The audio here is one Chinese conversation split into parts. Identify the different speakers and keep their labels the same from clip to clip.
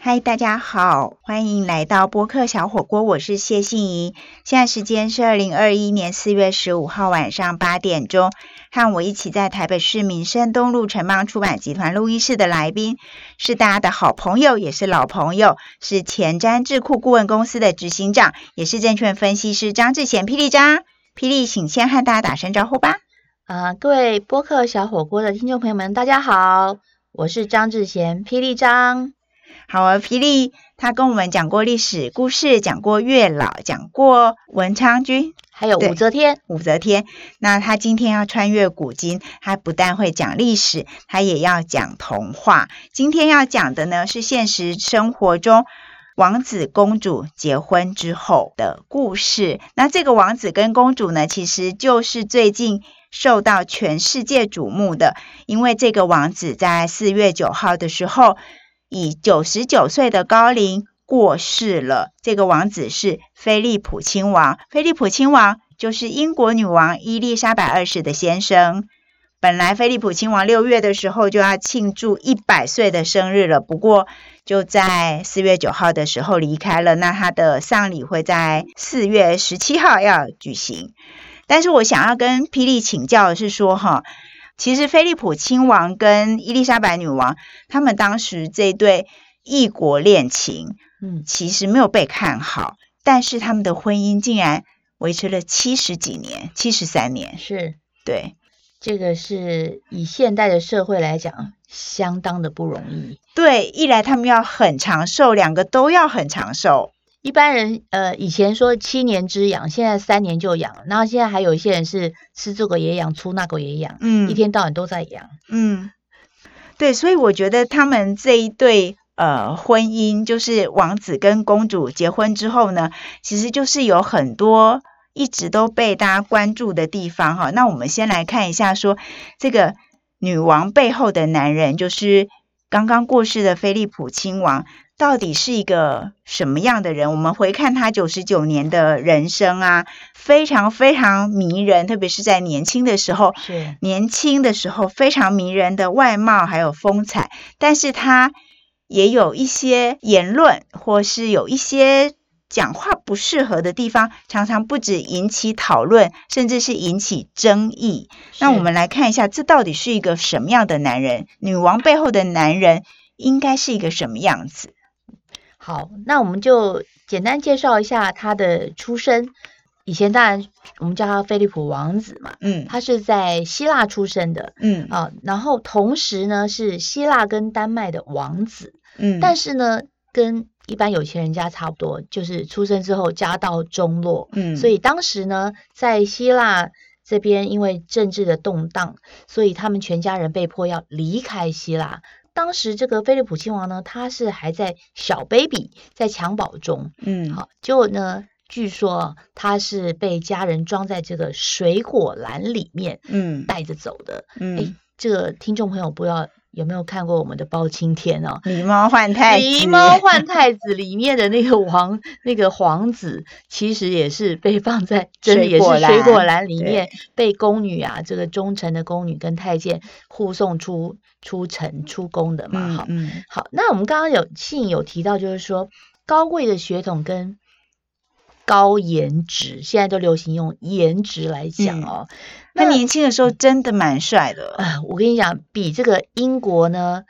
Speaker 1: 嗨，大家好，欢迎来到播客小火锅，我是谢杏怡。现在时间是二零二一年四月十五号晚上八点钟，和我一起在台北市民生东路城邦出版集团录音室的来宾是大家的好朋友，也是老朋友，是前瞻智库顾问公司的执行长，也是证券分析师张志贤霹雳张。霹雳，请先和大家打声招呼吧。
Speaker 2: 啊、各位播客小火锅的听众朋友们，大家好，我是张志贤，霹雳张。
Speaker 1: 好啊，霹雳他跟我们讲过历史故事，讲过月老，讲过文昌君、
Speaker 2: 还有
Speaker 1: 对
Speaker 2: 武则天，
Speaker 1: 武则天。那他今天要穿越古今，他不但会讲历史，他也要讲童话。今天要讲的呢是现实生活中。王子公主结婚之后的故事。那这个王子跟公主呢，其实就是最近受到全世界瞩目的，因为这个王子在四月九号的时候，以九十九岁的高龄过世了。这个王子是菲利普亲王，菲利普亲王就是英国女王伊丽莎白二世的先生。本来菲利普亲王六月的时候就要庆祝一百岁的生日了，不过就在四月九号的时候离开了。那他的丧礼会在四月十七号要举行。但是我想要跟霹雳请教的是说，哈，其实菲利普亲王跟伊丽莎白女王他们当时这对异国恋情
Speaker 2: 嗯，
Speaker 1: 其实没有被看好，但是他们的婚姻竟然维持了七十几年，七十三年，
Speaker 2: 是
Speaker 1: 对
Speaker 2: 这个是以现代的社会来讲，相当的不容易。
Speaker 1: 对，一来他们要很长寿，两个都要很长寿，
Speaker 2: 一般人呃以前说七年之痒，现在三年就痒，然后现在还有一些人是吃这个也痒，出那个也痒，
Speaker 1: 嗯
Speaker 2: 一天到晚都在痒。
Speaker 1: 嗯，对，所以我觉得他们这一对呃婚姻，就是王子跟公主结婚之后呢，其实就是有很多一直都被大家关注的地方哈。那我们先来看一下说，这个女王背后的男人，就是刚刚过世的菲利普亲王。到底是一个什么样的人？我们回看他九十九年的人生啊，非常非常迷人，特别是在年轻的时候，
Speaker 2: 是
Speaker 1: 年轻的时候非常迷人的外貌还有风采，但是他也有一些言论或是有一些讲话不适合的地方，常常不止引起讨论，甚至是引起争议。那我
Speaker 2: 是
Speaker 1: 们来看一下，这到底是一个什么样的男人？女王背后的男人应该是一个什么样子？
Speaker 2: 好，那我们就简单介绍一下他的出身。以前当然我们叫他菲利普王子嘛，
Speaker 1: 嗯
Speaker 2: 他是在希腊出生的
Speaker 1: 嗯
Speaker 2: 啊、然后同时呢是希腊跟丹麦的王子，
Speaker 1: 嗯，
Speaker 2: 但
Speaker 1: 是
Speaker 2: 是呢跟一般有钱人家差不多，就是出生之后家道中落，
Speaker 1: 嗯，
Speaker 2: 所以当时呢在希腊这边因为政治的动荡，所以他们全家人被迫要离开希腊。当时这个菲利普亲王呢，他是还在小 baby，在襁褓中，
Speaker 1: 嗯
Speaker 2: 好，结果呢，据说啊他是被家人装在这个水果篮里面
Speaker 1: 嗯
Speaker 2: 带着走的。
Speaker 1: 嗯
Speaker 2: 哎，，这个听众朋友不知道有没有看过我们的包青天哦？
Speaker 1: 狸猫换太子，
Speaker 2: 狸猫换太子里面的那个王，那个皇子，其实也是被放在真的
Speaker 1: 水
Speaker 2: 也是
Speaker 1: 果
Speaker 2: 水果
Speaker 1: 篮
Speaker 2: 篮里
Speaker 1: 对
Speaker 2: 面，被宫女啊，这个忠诚的宫女跟太监护送出出城出宫的嘛。
Speaker 1: 嗯
Speaker 2: 好，
Speaker 1: 嗯
Speaker 2: 好，那我们刚刚有信有提到，就是说高贵的血统跟高颜值，现在都流行用颜值来讲
Speaker 1: 嗯
Speaker 2: 哦。
Speaker 1: 他
Speaker 2: 那
Speaker 1: 年轻的时候真的蛮帅的，
Speaker 2: 啊、我跟你讲，比这个英国呢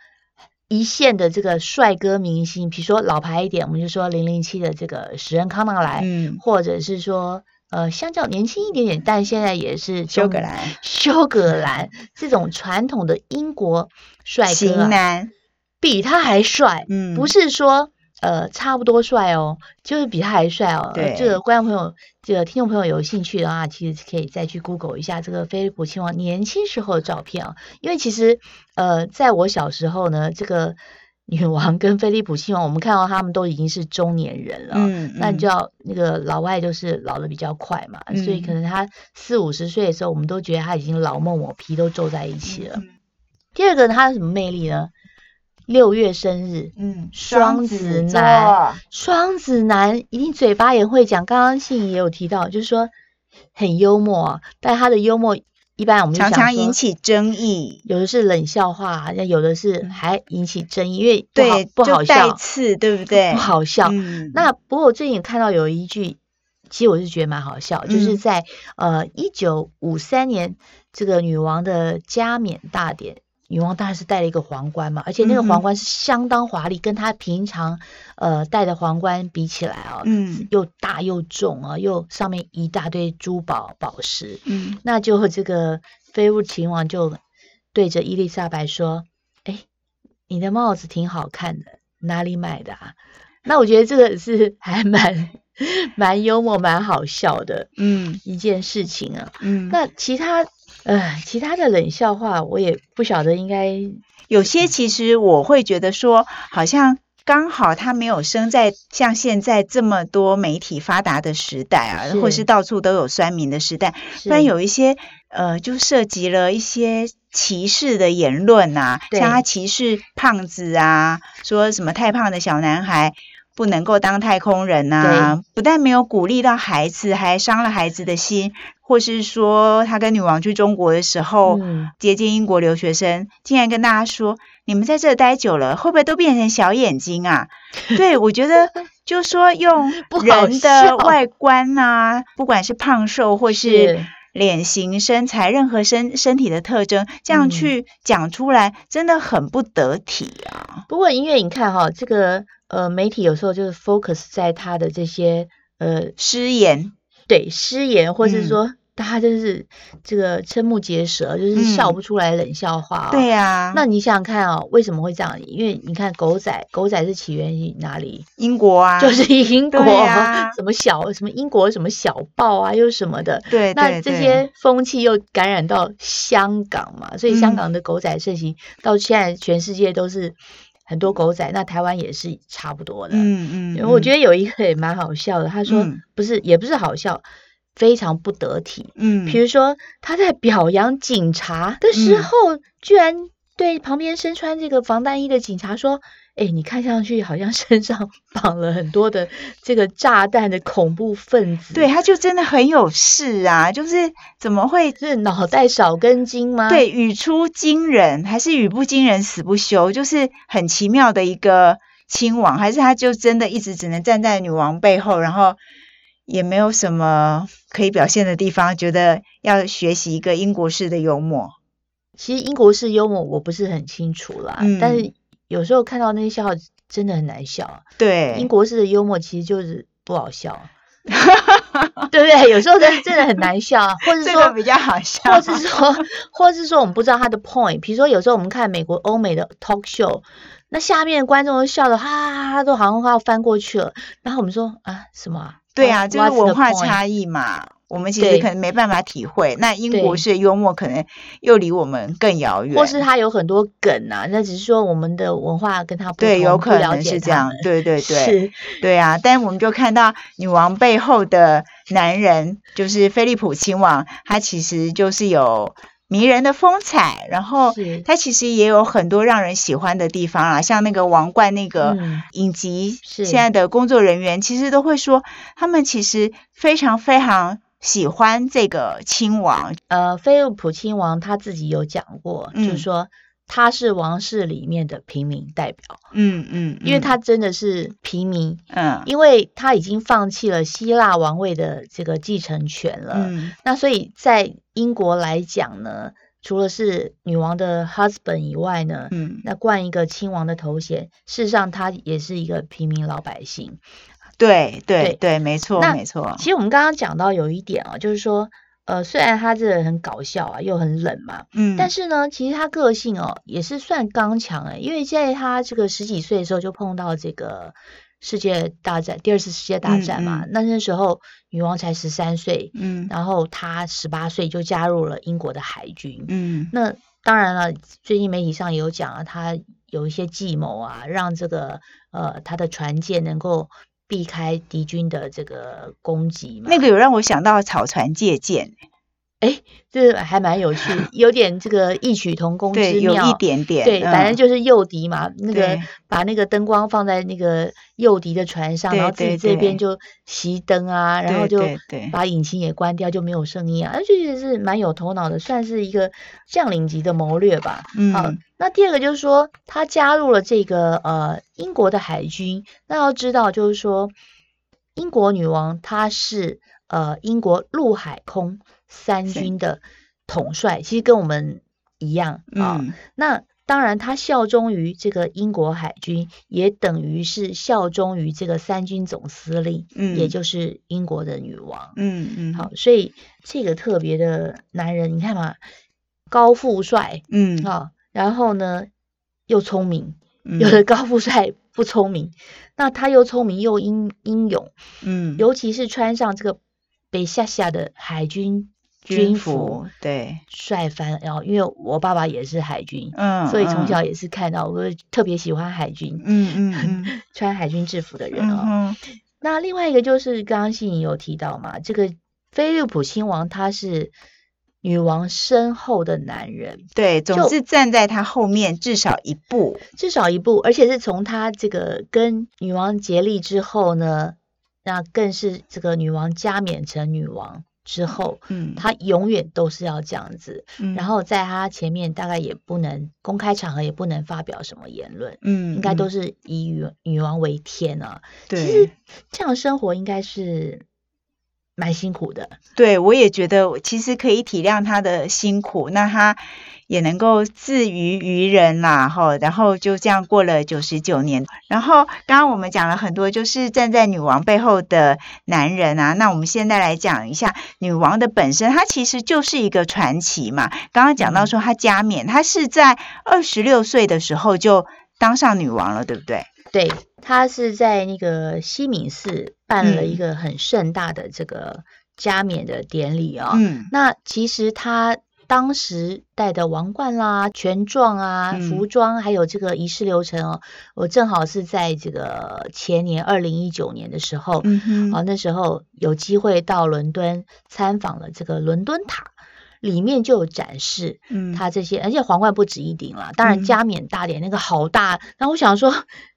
Speaker 2: 一线的这个帅哥明星，比如说老牌一点，我们就说零零七的这个史恩康纳莱，
Speaker 1: 嗯，
Speaker 2: 或者是说呃，相较年轻一点点，但现在也是
Speaker 1: 修
Speaker 2: 中
Speaker 1: 格兰，
Speaker 2: 休格兰这种传统的英国帅哥、
Speaker 1: 型
Speaker 2: 啊，
Speaker 1: 男，
Speaker 2: 比他还帅。
Speaker 1: 嗯，
Speaker 2: 不，是说呃差不多帅哦，就是比他还帅哦。呃这
Speaker 1: 对
Speaker 2: 个观众朋友，这个听众朋友有兴趣的话，其实可以再去 Google 一下这个菲利普亲王年轻时候的照片啊、因为其实呃，在我小时候呢，这个女王跟菲利普亲王，我们看到他们都已经是中年人了哦。
Speaker 1: 嗯，
Speaker 2: 那你
Speaker 1: 嗯
Speaker 2: 就要那个老外就是老的比较快嘛，所以可
Speaker 1: 嗯
Speaker 2: 能他四五十岁的时候，我们都觉得他已经老孟我皮都皱在一起了。
Speaker 1: 嗯
Speaker 2: 第二个他有什么魅力呢？六月生日，
Speaker 1: 嗯，
Speaker 2: 双子男，双子男一定嘴巴也会讲，刚刚信也有提到，就是说很幽默啊，但他的幽默一般我们就
Speaker 1: 常
Speaker 2: 想
Speaker 1: 常
Speaker 2: 说
Speaker 1: 引起争议。
Speaker 2: 有的是冷笑话，那有的是还引起争议，因为不好
Speaker 1: 嗯对，
Speaker 2: 不好
Speaker 1: 就带
Speaker 2: 笑，
Speaker 1: 刺，对不对？
Speaker 2: 不好笑。
Speaker 1: 嗯，
Speaker 2: 那不过我最近看到有一句，其实我是觉得蛮好笑，就是
Speaker 1: 嗯
Speaker 2: 在呃一九五三年这个女王的加冕大典，女王当然是戴了一个皇冠嘛，而且那个
Speaker 1: 嗯哼
Speaker 2: 皇冠是相当华丽，跟她平常呃戴的皇冠比起来啊、
Speaker 1: 嗯
Speaker 2: 又大又重啊，又上面一大堆珠宝宝石，
Speaker 1: 嗯
Speaker 2: 那就这个飞屋秦王就对着伊丽莎白说：“哎，你的帽子挺好看的，哪里买的啊？”那我觉得这个是还蛮蛮幽默、蛮好笑的
Speaker 1: 嗯
Speaker 2: 一件事情啊。
Speaker 1: 嗯，
Speaker 2: 那其他呃其他的冷笑话，我也不晓得应该
Speaker 1: 有些其实我会觉得说，好像刚好他没有生在像现在这么多媒体发达的时代啊，
Speaker 2: 是
Speaker 1: 或是到处都有酸民的时代，
Speaker 2: 是
Speaker 1: 不然有一些呃，就涉及了一些歧视的言论啊，
Speaker 2: 对
Speaker 1: 像他歧视胖子啊，说什么太胖的小男孩。不能够当太空人呐、不但没有鼓励到孩子，还伤了孩子的心，或是说他跟女王去中国的时候，
Speaker 2: 嗯
Speaker 1: 接近英国留学生，竟然跟大家说：“你们在这待久了，会不会都变成小眼睛啊？”对，我觉 得就说用
Speaker 2: 不好
Speaker 1: 人
Speaker 2: 笑
Speaker 1: 的外观呐、不管是胖瘦或是
Speaker 2: 是
Speaker 1: 脸型、身材，任何身身体的特征，这样
Speaker 2: 嗯
Speaker 1: 去讲出来，真的很不得体啊。
Speaker 2: 不过，因为你看哈、这个呃媒体有时候就是 focus 在他的这些呃
Speaker 1: 失言，
Speaker 2: 对失言，或是
Speaker 1: 嗯
Speaker 2: 说大家真是这个瞠目结舌，就是笑
Speaker 1: 嗯
Speaker 2: 不出来冷笑话、啊。
Speaker 1: 对、呀、
Speaker 2: 那你想想看哦，为什么会这样？因为你看狗仔，狗仔是起源于哪里？
Speaker 1: 英国啊，
Speaker 2: 就是英
Speaker 1: 对
Speaker 2: 国、
Speaker 1: 呀
Speaker 2: 什么小什么英国什么小报啊，又什么的。
Speaker 1: 对
Speaker 2: 那
Speaker 1: 对
Speaker 2: 这
Speaker 1: 对，
Speaker 2: 些风气又感染到香港嘛，所以香
Speaker 1: 嗯
Speaker 2: 港的狗仔盛行、到现在，全世界都是很多狗仔，那台湾也是差不多的。
Speaker 1: 嗯嗯，
Speaker 2: 我觉
Speaker 1: 得，
Speaker 2: 得有一个也蛮好笑的，他说、
Speaker 1: 嗯
Speaker 2: 不是，也不是好笑，非常不得体。
Speaker 1: 嗯
Speaker 2: 比如说他在表扬警察的时
Speaker 1: 嗯
Speaker 2: 候，居然对旁边身穿这个防弹衣的警察说：“哎，你看上去好像身上绑了很多的这个炸弹的恐怖分子。”
Speaker 1: 对，，他就真的很有事啊，就是怎么会
Speaker 2: 是脑袋少根筋吗？，
Speaker 1: 对，语出惊人还是语不惊人死不休，就是很奇妙的一个亲王，还是他就真的一直只能站在女王背后，然后也没有什么可以表现的地方，觉得要学习一个英国式的幽默。
Speaker 2: 其实英国式幽默我不是很清楚啦，但
Speaker 1: 嗯
Speaker 2: 是有时候看到那些笑话真的很难笑啊。英
Speaker 1: 对，
Speaker 2: 国式的幽默其实就是不好笑，啊 对不对？有时候真的真的很难笑，啊，或是
Speaker 1: 这个
Speaker 2: 说
Speaker 1: 比，较好笑。
Speaker 2: 或是说，或是说我们不知道他的 point。比如说，有时候我们看美国、欧美的 talk show，那下面的观众都笑的哈哈哈哈，都好像快要翻过去了。然后我们说啊，什么啊？
Speaker 1: 对
Speaker 2: What-
Speaker 1: 啊，就是
Speaker 2: what's the
Speaker 1: 文化
Speaker 2: point？
Speaker 1: 差异嘛。我们其实
Speaker 2: 对
Speaker 1: 可能没办法体会，那英
Speaker 2: 对
Speaker 1: 国式的幽默可能又离我们更遥远，
Speaker 2: 或是他有很多梗啊，那只是说我们的文化跟他不
Speaker 1: 对，
Speaker 2: 同
Speaker 1: 有
Speaker 2: 不
Speaker 1: 可
Speaker 2: 了
Speaker 1: 能
Speaker 2: 解
Speaker 1: 是这
Speaker 2: 他
Speaker 1: 样
Speaker 2: 们，
Speaker 1: 对对对。
Speaker 2: 是
Speaker 1: 对啊，但我们就看到女王背后的男人，就是菲利普亲王，他其实就是有迷人的风采，然后
Speaker 2: 是
Speaker 1: 他其实也有很多让人喜欢的地方啊，像那个王冠那个
Speaker 2: 嗯
Speaker 1: 影集，
Speaker 2: 是
Speaker 1: 现在的工作人员其实都会说，他们其实非常非常喜欢这个亲王，
Speaker 2: 呃，菲利普亲王他自己有讲过，就是
Speaker 1: 嗯
Speaker 2: 说他是王室里面的平民代表，
Speaker 1: 嗯嗯，
Speaker 2: 因为
Speaker 1: 嗯
Speaker 2: 他真的是平民，
Speaker 1: 嗯
Speaker 2: 因为他已经放弃了希腊王位的这个继承权了。
Speaker 1: 嗯
Speaker 2: 那所以在英国来讲呢，除了是女王的 husband 以外呢，
Speaker 1: 嗯，
Speaker 2: 那冠一个亲王的头衔，事实上他也是一个平民老百姓。
Speaker 1: 对
Speaker 2: 对
Speaker 1: 对对，没错
Speaker 2: 那
Speaker 1: 没错，
Speaker 2: 其实我们刚刚讲到有一点啊，就是说，呃，虽然他这个人很搞笑啊，又很冷嘛，
Speaker 1: 嗯，
Speaker 2: 但是呢，其实他个性哦也是算刚强诶，因为在他这个十几岁的时候就碰到这个世界大战，第二次世界大
Speaker 1: 嗯
Speaker 2: 战嘛，那那时候女王才十三岁，
Speaker 1: 嗯
Speaker 2: 然后她十八岁就加入了英国的海军。
Speaker 1: 嗯
Speaker 2: 那当然了，最近媒体上也有讲啊，他有一些计谋啊，让这个呃他的船舰能够避开敌军的这个攻击嘛。
Speaker 1: 那个有让我想到草船借箭。
Speaker 2: 这还蛮有趣，有点这个异曲同工之
Speaker 1: 对，有
Speaker 2: 妙。
Speaker 1: 一点点，
Speaker 2: 对，反正
Speaker 1: 嗯
Speaker 2: 就是诱敌嘛，那个
Speaker 1: 对
Speaker 2: 把那个灯光放在那个诱敌的船上，
Speaker 1: 对
Speaker 2: 然后自己
Speaker 1: 对
Speaker 2: 这边
Speaker 1: 对
Speaker 2: 就熄灯啊，然后
Speaker 1: 对
Speaker 2: 就
Speaker 1: 对对
Speaker 2: 把引擎也关掉，就没有声音啊，而且是蛮有头脑的，算是一个将领级的谋略吧。好
Speaker 1: 嗯，，
Speaker 2: 那第二个就是说，他加入了这个呃英国的海军。那要知道，就是说，英国女王她是呃英国陆海空三
Speaker 1: 是
Speaker 2: 军的统帅，其实跟我们一样啊、
Speaker 1: 嗯，
Speaker 2: 那当然，他效忠于这个英国海军，也等于是效忠于这个三军总司令，
Speaker 1: 嗯
Speaker 2: 也就是英国的女王。
Speaker 1: 嗯嗯，
Speaker 2: 好，，所以这个特别的男人，你看嘛，高富帅。
Speaker 1: 嗯，
Speaker 2: 啊、然后呢又聪明，
Speaker 1: 嗯
Speaker 2: 有的，高富帅不聪明，那他又聪明又英英勇，
Speaker 1: 嗯，
Speaker 2: 尤其是穿上这个北下下的海军
Speaker 1: 军
Speaker 2: 军
Speaker 1: 服
Speaker 2: 服，，
Speaker 1: 对，
Speaker 2: 帅翻了。然后因为我爸爸也是海军，
Speaker 1: 嗯，
Speaker 2: 所以从
Speaker 1: 嗯，
Speaker 2: 小也是看到我特别喜欢海军
Speaker 1: 嗯嗯嗯，
Speaker 2: 穿海军制服的人
Speaker 1: 嗯
Speaker 2: 哦。
Speaker 1: 哼，
Speaker 2: 那另外一个就是刚刚信颖有提到嘛，这个菲利普亲王他是女王身后的男人，
Speaker 1: 对，总
Speaker 2: 就是
Speaker 1: 站在他后面至少一步，
Speaker 2: 至少一步，而且是从他这个跟女王结立之后呢，那更是这个女王加冕成女王之后，
Speaker 1: 嗯，
Speaker 2: 她永远都是要这样子。
Speaker 1: 嗯，
Speaker 2: 然后在她前面大概也不能公开场合也不能发表什么言论，
Speaker 1: 嗯，
Speaker 2: 应该都
Speaker 1: 是
Speaker 2: 是以女女王为天啊。其
Speaker 1: 对
Speaker 2: 实。这样生活应该是蛮辛苦的，
Speaker 1: 对，我也觉得我其实可以体谅他的辛苦，那他也能够自娱于人啦，哈，然后就这样过了九十九年。然后刚刚我们讲了很多，就是站在女王背后的男人啊，那我们现在来讲一下女王的本身，她其实就是一个传奇嘛。刚刚
Speaker 2: 嗯
Speaker 1: 讲到说她加冕，她是在二十六岁的时候就当上女王了，对不对？
Speaker 2: 对，他是在那个西敏寺办了
Speaker 1: 嗯
Speaker 2: 一个很盛大的这个加冕的典礼啊、
Speaker 1: 嗯
Speaker 2: 那其实他当时戴的王冠啦、权状啊、
Speaker 1: 嗯
Speaker 2: 服装，还有这个仪式流程哦，我正好是在这个前年二零一九年的时候。
Speaker 1: 嗯哼，
Speaker 2: 啊，那时候有机会到伦敦参访了这个伦敦塔，里面就有展示
Speaker 1: 嗯
Speaker 2: 他这些，而且皇冠不止一顶啦，当然
Speaker 1: 嗯
Speaker 2: 加冕大典那个好大。然后我想说，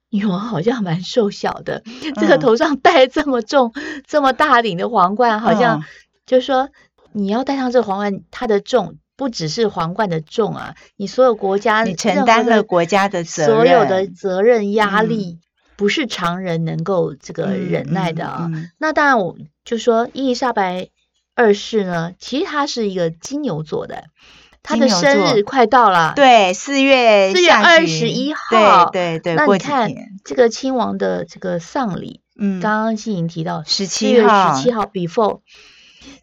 Speaker 2: 女王好像蛮瘦小的，这个
Speaker 1: 嗯
Speaker 2: 头上戴这么重、这么大顶的皇冠，好像
Speaker 1: 嗯
Speaker 2: 就是说你要戴上这个皇冠，它的重不只是皇冠的重啊，你所有国家
Speaker 1: 嗯你承
Speaker 2: 任何
Speaker 1: 担
Speaker 2: 的
Speaker 1: 了国家的责任，
Speaker 2: 所有的责任压
Speaker 1: 嗯
Speaker 2: 力，不是常人能够这个
Speaker 1: 嗯
Speaker 2: 忍耐的啊。
Speaker 1: 嗯嗯
Speaker 2: 那当然，我就说伊丽莎白二世呢，其实她是一个金牛座的，她
Speaker 1: 金
Speaker 2: 的
Speaker 1: 牛
Speaker 2: 生
Speaker 1: 座
Speaker 2: 日快到了。，
Speaker 1: 对，四月
Speaker 2: 4月
Speaker 1: 下旬
Speaker 2: 21号
Speaker 1: 对对对，
Speaker 2: 那
Speaker 1: 过
Speaker 2: 你
Speaker 1: 几
Speaker 2: 看
Speaker 1: 天，
Speaker 2: 这个亲王的这个丧礼，
Speaker 1: 嗯，
Speaker 2: 刚刚静莹提到4
Speaker 1: 17
Speaker 2: 月
Speaker 1: 号
Speaker 2: 十七号 before，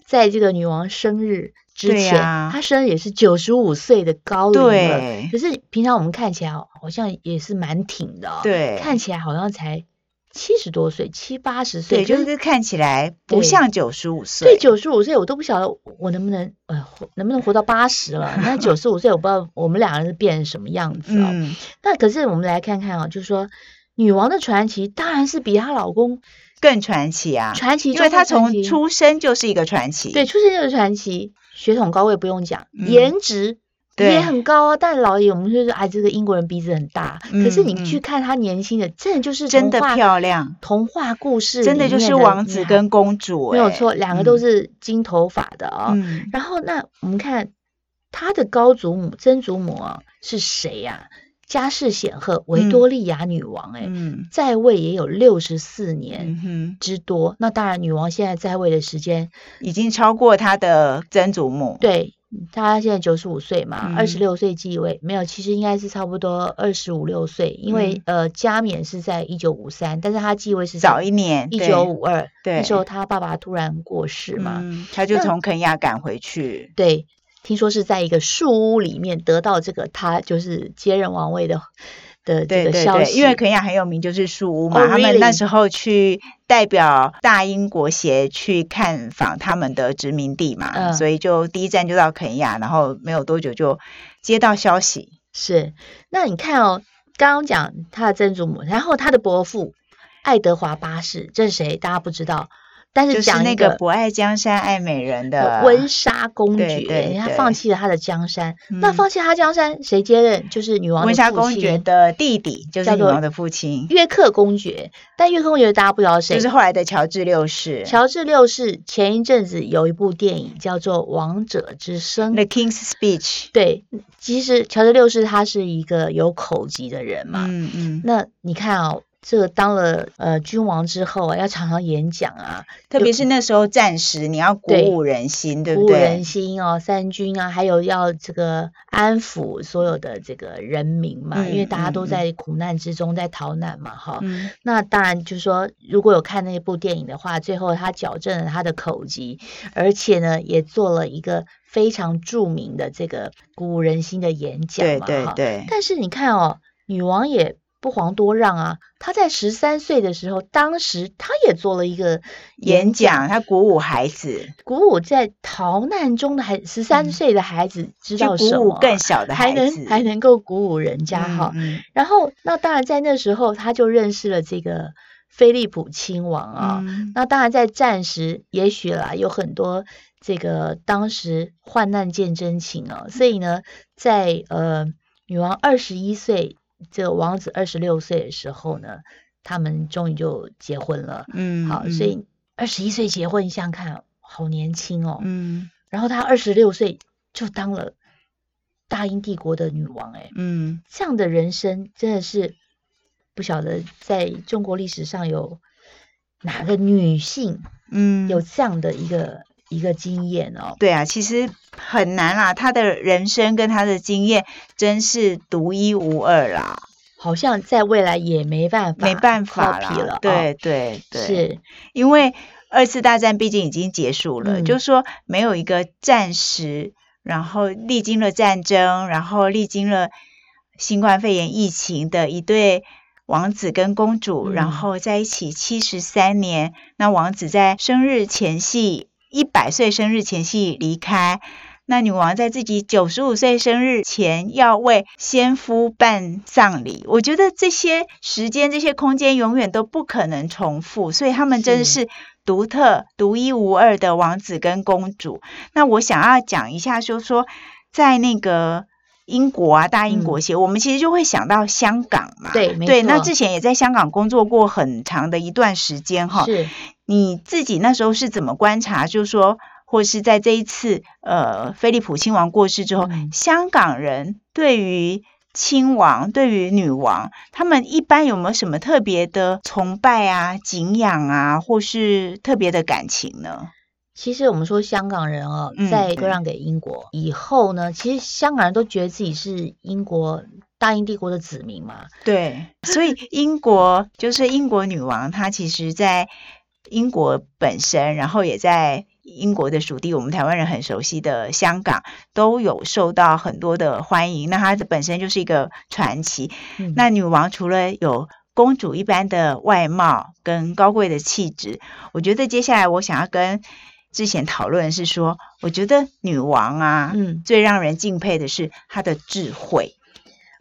Speaker 2: 在这个女王生日之
Speaker 1: 对
Speaker 2: 前，
Speaker 1: 呀
Speaker 2: 她生日也是九十五岁的高龄了。
Speaker 1: 对
Speaker 2: 可是平常我们看起来好像也是蛮挺的、哦，
Speaker 1: 对，
Speaker 2: 看起来好像才七十多岁，七八十
Speaker 1: 对，
Speaker 2: 岁，
Speaker 1: 就
Speaker 2: 可
Speaker 1: 是看起来不
Speaker 2: 对
Speaker 1: 像九十五岁，
Speaker 2: 对，九十五岁我都不晓得我能不能呃活能不能活到八十 了。那九十五岁我不知道我们两个人变成什么样子哦。
Speaker 1: 嗯，
Speaker 2: 那可是我们来看看啊，就是说女王的传奇当然是比她老公
Speaker 1: 更传奇啊，
Speaker 2: 传奇
Speaker 1: 因
Speaker 2: 中
Speaker 1: 为
Speaker 2: 的传奇，
Speaker 1: 他从出生就是一个传奇，
Speaker 2: 对出生就是传奇，血统高位不用讲，
Speaker 1: 嗯
Speaker 2: 颜值。
Speaker 1: 对
Speaker 2: 也很高啊，但老也我们就说，哎，这个英国人鼻子很大。可是
Speaker 1: 嗯
Speaker 2: 你去
Speaker 1: 嗯
Speaker 2: 看她年轻的，真的就是
Speaker 1: 真
Speaker 2: 童
Speaker 1: 的
Speaker 2: 话
Speaker 1: 漂亮
Speaker 2: 童话故事
Speaker 1: 真的
Speaker 2: 里
Speaker 1: 就
Speaker 2: 面
Speaker 1: 是王
Speaker 2: 女
Speaker 1: 子
Speaker 2: 孩
Speaker 1: 跟公主、
Speaker 2: 没有
Speaker 1: 哎
Speaker 2: 错，两个
Speaker 1: 嗯
Speaker 2: 都是金头发的哦。
Speaker 1: 嗯
Speaker 2: 然后那我们看他的高祖母、曾祖母啊是谁呀、家世显赫，维多利亚女王哎、
Speaker 1: 嗯
Speaker 2: 在位也有六十四年
Speaker 1: 嗯哼，
Speaker 2: 之多。那当然，女王现在在位的时间，
Speaker 1: 已经超过他的曾祖母，，
Speaker 2: 对她现在九十五岁嘛
Speaker 1: 嗯，
Speaker 2: 二十六岁继位，没有，其实应该是差不多二十五六岁，因为、呃加冕是在一九五三，但是她继位是
Speaker 1: 嗯早一年，
Speaker 2: 一
Speaker 1: 对
Speaker 2: 九，五二，
Speaker 1: 对
Speaker 2: 那时候她爸爸突然过世嘛。
Speaker 1: 嗯，他就
Speaker 2: 那
Speaker 1: 从肯亚赶回去，
Speaker 2: 对，听说是在一个树屋里面得到这个他就是接任王位的的这
Speaker 1: 对
Speaker 2: 个
Speaker 1: 对
Speaker 2: 消
Speaker 1: 对，
Speaker 2: 息。
Speaker 1: 因为肯亚很有名，就是树屋嘛。
Speaker 2: Oh,
Speaker 1: 他们那
Speaker 2: really？
Speaker 1: 时候去代表大英国协去看访他们的殖民地嘛，
Speaker 2: 嗯
Speaker 1: 所以就第一站就到肯亚，然后没有多久就接到消息，
Speaker 2: 是，那你看哦，刚刚讲他的曾祖母，然后他的伯父爱德华八世，这是谁？大家不知道。但
Speaker 1: 就是
Speaker 2: 讲
Speaker 1: 是
Speaker 2: 一
Speaker 1: 那个不爱江山爱美人的
Speaker 2: 温莎公爵，
Speaker 1: 对对
Speaker 2: 他
Speaker 1: 对
Speaker 2: 放弃了他的江山，那
Speaker 1: 嗯
Speaker 2: 放弃他江山，谁接任？就是女王的
Speaker 1: 温莎
Speaker 2: 父
Speaker 1: 公
Speaker 2: 亲
Speaker 1: 爵的弟弟，就是
Speaker 2: 叫
Speaker 1: 女
Speaker 2: 做
Speaker 1: 王的父亲，
Speaker 2: 约克公爵，但约克公爵大家不知道谁，
Speaker 1: 就是后来的乔治六世。
Speaker 2: 乔治六世前一阵子有一部电影叫做《王者之声》，
Speaker 1: The King's Speech，
Speaker 2: 对，其实乔治六世他是一个有口疾的人嘛，
Speaker 1: 嗯嗯，
Speaker 2: 那你看哦，这个当了呃君王之后啊，要常常演讲啊，
Speaker 1: 特别是那时候战时，你要鼓
Speaker 2: 对
Speaker 1: 舞人心，对
Speaker 2: 鼓
Speaker 1: 不
Speaker 2: 舞人
Speaker 1: 对？
Speaker 2: 心哦，三军啊，还有要这个安抚所有的这个人民嘛，因为
Speaker 1: 嗯
Speaker 2: 大家
Speaker 1: 嗯
Speaker 2: 都
Speaker 1: 嗯
Speaker 2: 在苦难之中，在逃难嘛，哈、
Speaker 1: 嗯，
Speaker 2: 那当然就是说，如果有看那部电影的话，最后他矫正了他的口疾，而且呢，也做了一个非常著名的这个鼓舞人心的演讲
Speaker 1: 对
Speaker 2: 嘛，
Speaker 1: 对
Speaker 2: 哈。
Speaker 1: 对，
Speaker 2: 但是你看哦，女王也不遑多让啊，她在十三岁的时候，当时她也做了一个
Speaker 1: 演讲，他鼓舞孩子，
Speaker 2: 鼓舞在逃难中的孩，十三
Speaker 1: 嗯
Speaker 2: 岁的孩子知
Speaker 1: 就
Speaker 2: 道
Speaker 1: 鼓
Speaker 2: 什
Speaker 1: 舞
Speaker 2: 么啊、
Speaker 1: 更小的
Speaker 2: 还
Speaker 1: 孩
Speaker 2: 能
Speaker 1: 子，
Speaker 2: 还能够鼓舞人家哈、
Speaker 1: 嗯，嗯
Speaker 2: 然后，那当然在那时候，他就认识了这个菲利普亲王啊。
Speaker 1: 嗯
Speaker 2: 那当然在战时，也许啦有很多这个当时患难见真情
Speaker 1: 嗯
Speaker 2: 啊，所以呢，在呃女王二十一岁，这个王子二十六岁的时候呢，他们终于就结婚了。
Speaker 1: 嗯，
Speaker 2: 好，
Speaker 1: 嗯
Speaker 2: 所以二十一岁结婚，你想想看，好年轻哦。
Speaker 1: 嗯
Speaker 2: 然后她二十六岁就当了大英帝国的女王、哎。
Speaker 1: 嗯，
Speaker 2: 这样的人生真的是不晓得在中国历史上有哪个女性
Speaker 1: 嗯，
Speaker 2: 有这样的一个、一个经验哦。
Speaker 1: 对啊，其实很难啦，他的人生跟他的经验真是独一无二啦，
Speaker 2: 好像在未来也没办法，
Speaker 1: 没办法啦，
Speaker 2: 了、哦。
Speaker 1: 对，对对，
Speaker 2: 是，
Speaker 1: 因为二次大战毕竟已经结束了，
Speaker 2: 嗯
Speaker 1: 就是说没有一个战时，然后历经了战争，然后历经了新冠肺炎疫情的一对王子跟公主，
Speaker 2: 嗯
Speaker 1: 然后在一起七十三年。那王子在生日前夕，一百岁生日前夕离开。那女王在自己九十五岁生日前要为先夫办丧礼，我觉得这些时间、这些空间永远都不可能重复，所以他们真的
Speaker 2: 是
Speaker 1: 是独特、独一无二的王子跟公主。那我想要讲一下，就是说在那个。英国啊，大英国协，我们其实就会想到香港嘛。
Speaker 2: 嗯对
Speaker 1: 啊
Speaker 2: 没
Speaker 1: 对，那
Speaker 2: 错
Speaker 1: 之前也在香港工作过很长的一段时间哈。
Speaker 2: 是，
Speaker 1: 你自己那时候是怎么观察？就是说，或是在这一次呃，菲利普亲王过世之后，
Speaker 2: 嗯
Speaker 1: 香港人对于亲王、对于女王，他们一般有没有什么特别的崇拜啊、敬仰啊，或是特别的感情呢？
Speaker 2: 其实我们说香港人哦
Speaker 1: 嗯，
Speaker 2: 在割
Speaker 1: 嗯
Speaker 2: 让给英国以后呢，其实香港人都觉得自己是英国大英帝国的子民嘛，
Speaker 1: 对，所以英国就是英国女王，她其实在英国本身，然后也在英国的属地，我们台湾人很熟悉的香港，都有受到很多的欢迎。那她本身就是一个传奇。
Speaker 2: 嗯、
Speaker 1: 那女王除了有公主一般的外貌跟高贵的气质，我觉得接下来我想要跟之前讨论的是说，我觉得女王啊，
Speaker 2: 嗯，
Speaker 1: 最让人敬佩的是她的智慧。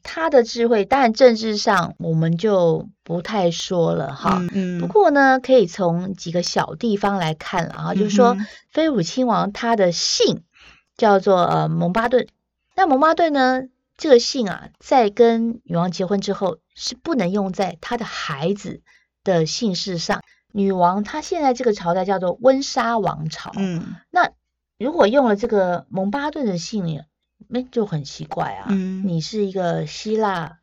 Speaker 2: 他的智慧，当然政治上我们就不太说了哈。
Speaker 1: 嗯，嗯
Speaker 2: 不过呢，可以从几个小地方来看了啊，就是说
Speaker 1: 嗯哼
Speaker 2: 菲普亲王他的姓叫做呃蒙巴顿，那蒙巴顿呢这个姓啊，在跟女王结婚之后是不能用在他的孩子的姓氏上。女王她现在这个朝代叫做温莎王朝，
Speaker 1: 嗯
Speaker 2: 那如果用了这个蒙巴顿的姓呢，那就很奇怪啊。
Speaker 1: 嗯
Speaker 2: 你是一个希腊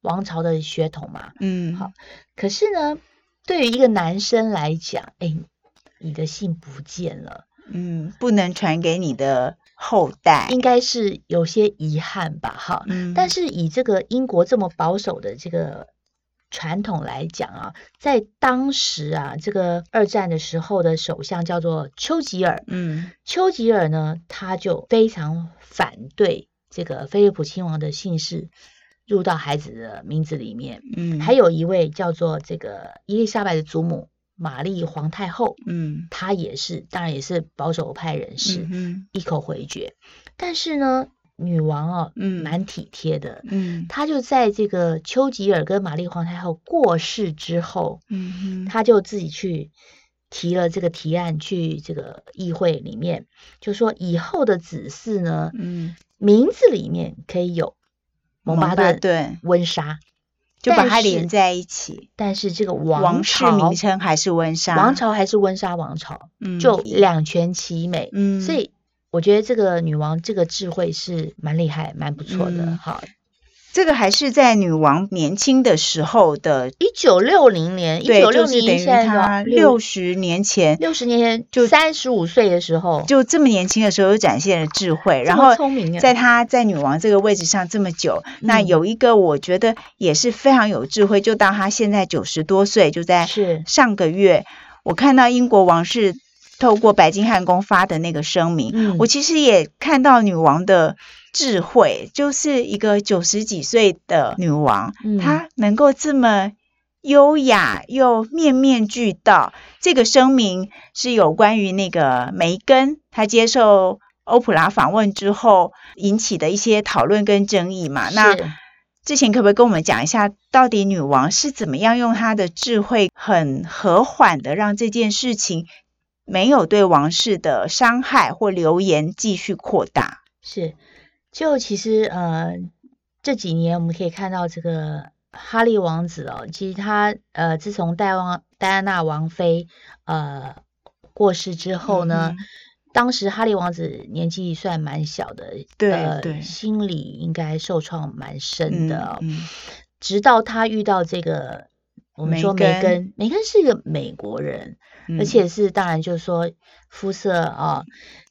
Speaker 2: 王朝的血统嘛，
Speaker 1: 嗯，
Speaker 2: 好可是呢，对于一个男生来讲，哎，你的姓不见了，
Speaker 1: 嗯，不能传给你的后代。
Speaker 2: 应该是有些遗憾吧，哈。
Speaker 1: 嗯，
Speaker 2: 但是以这个英国这么保守的这个传统来讲啊，在当时啊，这个二战的时候的首相叫做丘吉尔，
Speaker 1: 嗯
Speaker 2: 丘吉尔呢，他就非常反对这个菲利普亲王的姓氏入到孩子的名字里面。
Speaker 1: 嗯，
Speaker 2: 还有一位叫做这个伊丽莎白的祖母玛丽皇太后，
Speaker 1: 嗯
Speaker 2: 她也是，当然也是保守派人士，
Speaker 1: 嗯
Speaker 2: 一口回绝。但是呢，女王哦，
Speaker 1: 嗯
Speaker 2: 蛮体贴的，
Speaker 1: 嗯
Speaker 2: 她就在这个丘吉尔跟玛丽皇太后过世之后，
Speaker 1: 嗯
Speaker 2: 她就自己去提了这个提案去这个议会里面，就说以后的子嗣呢，
Speaker 1: 嗯，
Speaker 2: 名字里面可以有蒙巴顿、
Speaker 1: 顿
Speaker 2: 温莎，
Speaker 1: 就把它
Speaker 2: 但是
Speaker 1: 连在一起，
Speaker 2: 但是这个
Speaker 1: 王室
Speaker 2: 朝
Speaker 1: 名称还是温莎
Speaker 2: 王朝还是温莎王朝，
Speaker 1: 嗯
Speaker 2: 就两全其美。
Speaker 1: 嗯，
Speaker 2: 所以我觉得这个女王这个智慧是蛮厉害、蛮不错的。
Speaker 1: 嗯
Speaker 2: 好，
Speaker 1: 这个还是在女王年轻的时候的，
Speaker 2: 一九六零年，一
Speaker 1: 对，
Speaker 2: 九六
Speaker 1: 就是
Speaker 2: 零
Speaker 1: 等
Speaker 2: 年
Speaker 1: 于
Speaker 2: 现
Speaker 1: 她
Speaker 2: 在
Speaker 1: 六十年前
Speaker 2: 六十年前，
Speaker 1: 就
Speaker 2: 三十五岁的时候，
Speaker 1: 就这么年轻的时候就展现了智慧，
Speaker 2: 这
Speaker 1: 然
Speaker 2: 么
Speaker 1: 后
Speaker 2: 聪明啊
Speaker 1: 在她在女王这个位置上这么久，那
Speaker 2: 嗯
Speaker 1: 有一个我觉得也是非常有智慧，就到她现在九十多岁，就在
Speaker 2: 是
Speaker 1: 上个月，我看到英国王室透过白金汉宫发的那个声明，
Speaker 2: 嗯
Speaker 1: 我其实也看到女王的智慧，就是一个九十几岁的女王，
Speaker 2: 嗯
Speaker 1: 她能够这么优雅又面面俱到。这个声明是有关于那个梅根，她接受。欧普拉访问之后引起的一些讨论跟争议嘛，那
Speaker 2: 是
Speaker 1: 之前可不可以跟我们讲一下，到底女王是怎么样用她的智慧，很和缓的让这件事情没有对王室的伤害或流言继续扩大？
Speaker 2: 是，就其实呃这几年我们可以看到这个哈利王子哦，其实他呃自从戴王戴安娜王妃呃过世之后呢，
Speaker 1: 嗯哼
Speaker 2: 当时哈利王子年纪算蛮小的，
Speaker 1: 对
Speaker 2: 呃
Speaker 1: 对
Speaker 2: 心理应该受创蛮深的哦、
Speaker 1: 嗯嗯
Speaker 2: 直到他遇到这个。我们
Speaker 1: 梅
Speaker 2: 说梅
Speaker 1: 根
Speaker 2: 根，梅根是一个美国人，
Speaker 1: 嗯
Speaker 2: 而且是当然就是说肤色啊，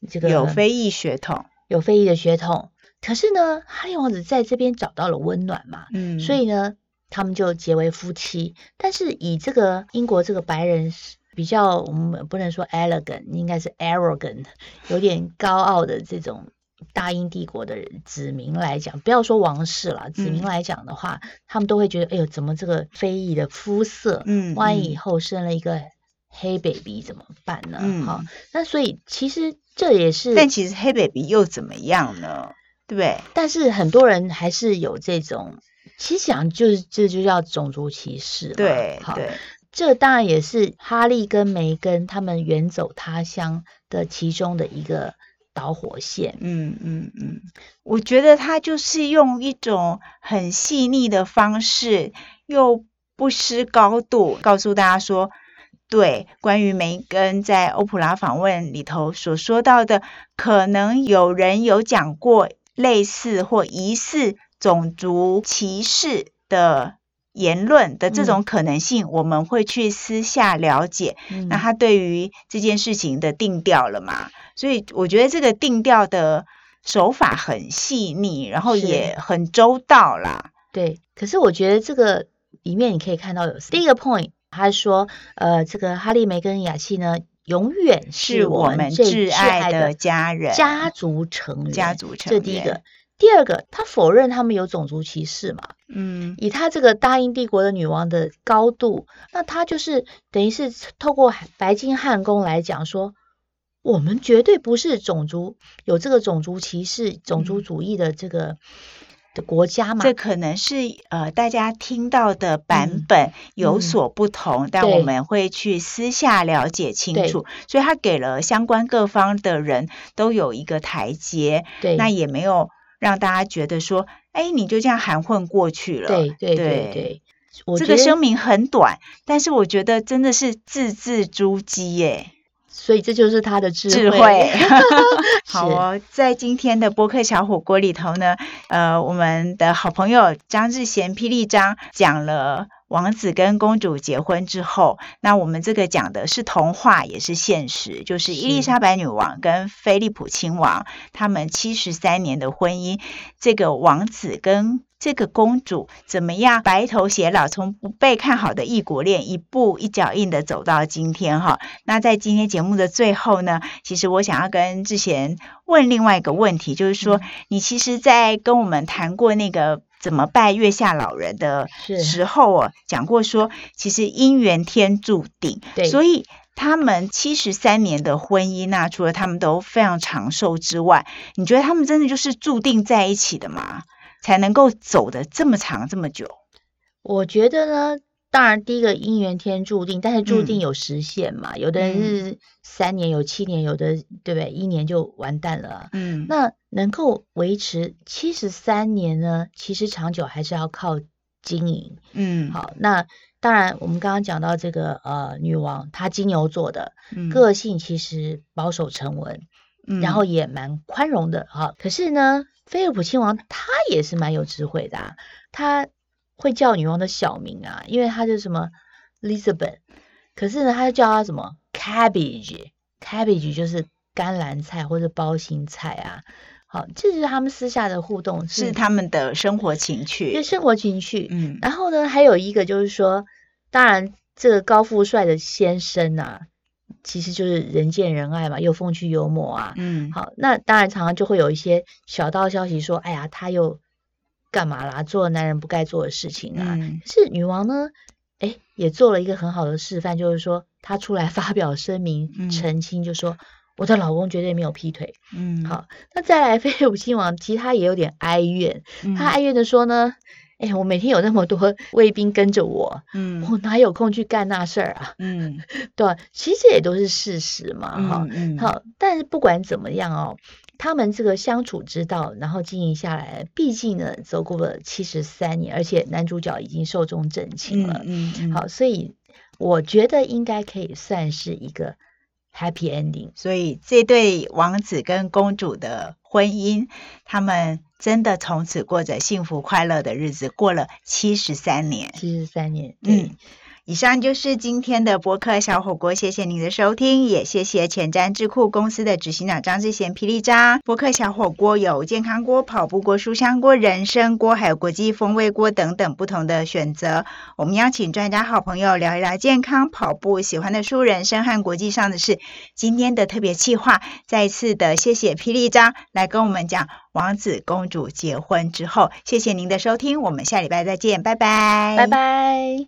Speaker 2: 这个
Speaker 1: 有非裔血统，
Speaker 2: 有非裔的血统。可是呢，哈利王子在这边找到了温暖嘛，
Speaker 1: 嗯，
Speaker 2: 所以呢，他们就结为夫妻。但是以这个英国这个白人是比较，我们不能说 elegant，应该是 arrogant，有 点高傲的这种大英帝国的子民来讲，不要说王室了，子民
Speaker 1: 嗯
Speaker 2: 来讲的话，他们都会觉得，哎呦，怎么这个非裔的肤色，
Speaker 1: 嗯
Speaker 2: 万
Speaker 1: 嗯
Speaker 2: 一以后生了一个黑 baby 怎么办呢？
Speaker 1: 嗯
Speaker 2: 哈、那所以其实这也是，
Speaker 1: 但其实黑 baby 又怎么样呢？对不对？
Speaker 2: 但是很多人还是有这种，其实讲就是这就叫种族歧视嘛。
Speaker 1: 对
Speaker 2: 好，
Speaker 1: 对，
Speaker 2: 这当然也是哈利跟梅根他们远走他乡的其中的一个导火线。
Speaker 1: 嗯嗯嗯，我觉得他就是用一种很细腻的方式，又不失高度，告诉大家说，对，关于梅根在欧普拉访问里头所说到的，可能有人有讲过类似或疑似种族歧视的。言论的这种可能性，我们会去私下了解。
Speaker 2: 嗯
Speaker 1: 那他对于这件事情的定调了嘛？所以我觉得这个定调的手法很细腻，然后
Speaker 2: 是
Speaker 1: 也很周到啦。
Speaker 2: 对，可是我觉得这个里面你可以看到有第一个 point，他说，呃，这个哈利、梅根、雅琪呢，永远
Speaker 1: 是
Speaker 2: 是
Speaker 1: 我
Speaker 2: 们
Speaker 1: 们
Speaker 2: 最
Speaker 1: 挚爱的
Speaker 2: 的
Speaker 1: 家人、
Speaker 2: 家族成员，
Speaker 1: 家族成
Speaker 2: 这第一
Speaker 1: 员
Speaker 2: 个。第二个，他否认他们有种族歧视嘛？
Speaker 1: 嗯
Speaker 2: 以他这个大英帝国的女王的高度，那他就是等于是透过白金汉宫来讲说，我们绝对不是种族有这个种族歧视、种族
Speaker 1: 嗯
Speaker 2: 主义的这个的国家嘛？
Speaker 1: 这可能是呃大家听到的版
Speaker 2: 嗯
Speaker 1: 本有
Speaker 2: 嗯
Speaker 1: 所不同，但我
Speaker 2: 对
Speaker 1: 们会去私下了解清
Speaker 2: 对
Speaker 1: 楚。所以他给了相关各方的人都有一个台阶，
Speaker 2: 对，
Speaker 1: 那也没有让大家觉得说，哎，你就这样含混过去了。
Speaker 2: 对对对
Speaker 1: 对
Speaker 2: 对，我
Speaker 1: 这
Speaker 2: 觉
Speaker 1: 个
Speaker 2: 得
Speaker 1: 声明很短，但是我觉得真的是字字珠玑耶，
Speaker 2: 所以这就是他的智
Speaker 1: 智
Speaker 2: 慧。。
Speaker 1: 慧 好哦，在今天的播客小火锅里头呢，呃，我们的好朋友张志贤霹雳张讲了。王子跟公主结婚之后，那我们这个讲的是童话，也是现实，就是伊丽
Speaker 2: 是
Speaker 1: 莎白女王跟菲利普亲王他们七十三年的婚姻，这个王子跟这个公主怎么样白头偕老，从不被看好的异国恋一步一脚印的走到今天哈。那在今天节目的最后呢，其实我想要跟志贤问另外一个问题，就是说、
Speaker 2: 嗯
Speaker 1: 你其实，在跟我们谈过那个怎么拜月下老人的
Speaker 2: 是
Speaker 1: 时候哦，讲过说，其实姻缘天注定，
Speaker 2: 对
Speaker 1: 所以他们七十三年的婚姻呐、除了他们都非常长寿之外，你觉得他们真的就是注定在一起的吗？才能够走的这么长这么久？
Speaker 2: 我觉得呢，当然，第一个姻缘天注定，但是注定
Speaker 1: 嗯
Speaker 2: 有时限嘛，有的人是三年，有七年，有的对不对？一年就完蛋了啊。
Speaker 1: 嗯，
Speaker 2: 那能够维持七十三年呢，其实长久还是要靠经营。
Speaker 1: 嗯，
Speaker 2: 好，那当然我们刚刚讲到这个呃女王，她金牛座的
Speaker 1: 嗯，
Speaker 2: 个性其实保守沉稳，
Speaker 1: 嗯，
Speaker 2: 然后也蛮宽容的哈、可是呢，菲利普亲王他也是蛮有智慧的、啊，他会叫女王的小名啊，因为他就什么 Elizabeth，可是呢，他就叫她什么 Cabbage，Cabbage 就是甘蓝菜或者包心菜啊。好，这就是他们私下的互动，
Speaker 1: 是他们的生活情
Speaker 2: 对
Speaker 1: 趣，
Speaker 2: 生活情趣。
Speaker 1: 嗯
Speaker 2: 然后呢，还有一个就是说，当然这个高富帅的先生呐、其实就是人见人爱嘛，又风趣幽默啊。
Speaker 1: 嗯，
Speaker 2: 好，那当然常常就会有一些小道消息说，哎呀，他又干嘛啦？做了男人不该做的事情啊。
Speaker 1: 嗯
Speaker 2: 可是女王呢，哎，也做了一个很好的示范，就是说她出来发表声
Speaker 1: 嗯
Speaker 2: 明澄清，就说、我的老公绝对没有劈腿。
Speaker 1: 嗯，
Speaker 2: 好那再来， 菲利普亲王其实他也有点哀怨，
Speaker 1: 嗯，
Speaker 2: 他哀怨的说呢，哎、我每天有那么多卫兵跟着我，
Speaker 1: 嗯
Speaker 2: 我哪有空去干那事儿啊？
Speaker 1: 嗯
Speaker 2: 对吧其实这也都是事实嘛，哈、
Speaker 1: 嗯嗯，
Speaker 2: 好，但是不管怎么样哦，他们这个相处之道，然后经营下来，毕竟呢走过了七十三年，而且男主角已经寿终正
Speaker 1: 嗯
Speaker 2: 寝了。
Speaker 1: 嗯嗯，
Speaker 2: 好，所以我觉得应该可以算是一个 happy ending。
Speaker 1: 所以这对王子跟公主的婚姻，他们真的从此过着幸福快乐的日子，过了七十三年。
Speaker 2: 七十三年，对，
Speaker 1: 嗯，以上就是今天的播客小火锅，谢谢您的收听，也谢谢前瞻智库公司的执行长张志贤、霹雳渣。播客小火锅有健康锅、跑步锅、书香锅、人参锅，还有国际风味锅等等不同的选择。我们邀请专家好朋友聊一聊健康、跑步、喜欢的书、人生和国际上的事。今天的特别企划，再一次的谢谢霹雳章来跟我们讲王子公主结婚之后。谢谢您的收听，我们下礼拜再见，拜拜，
Speaker 2: 拜拜。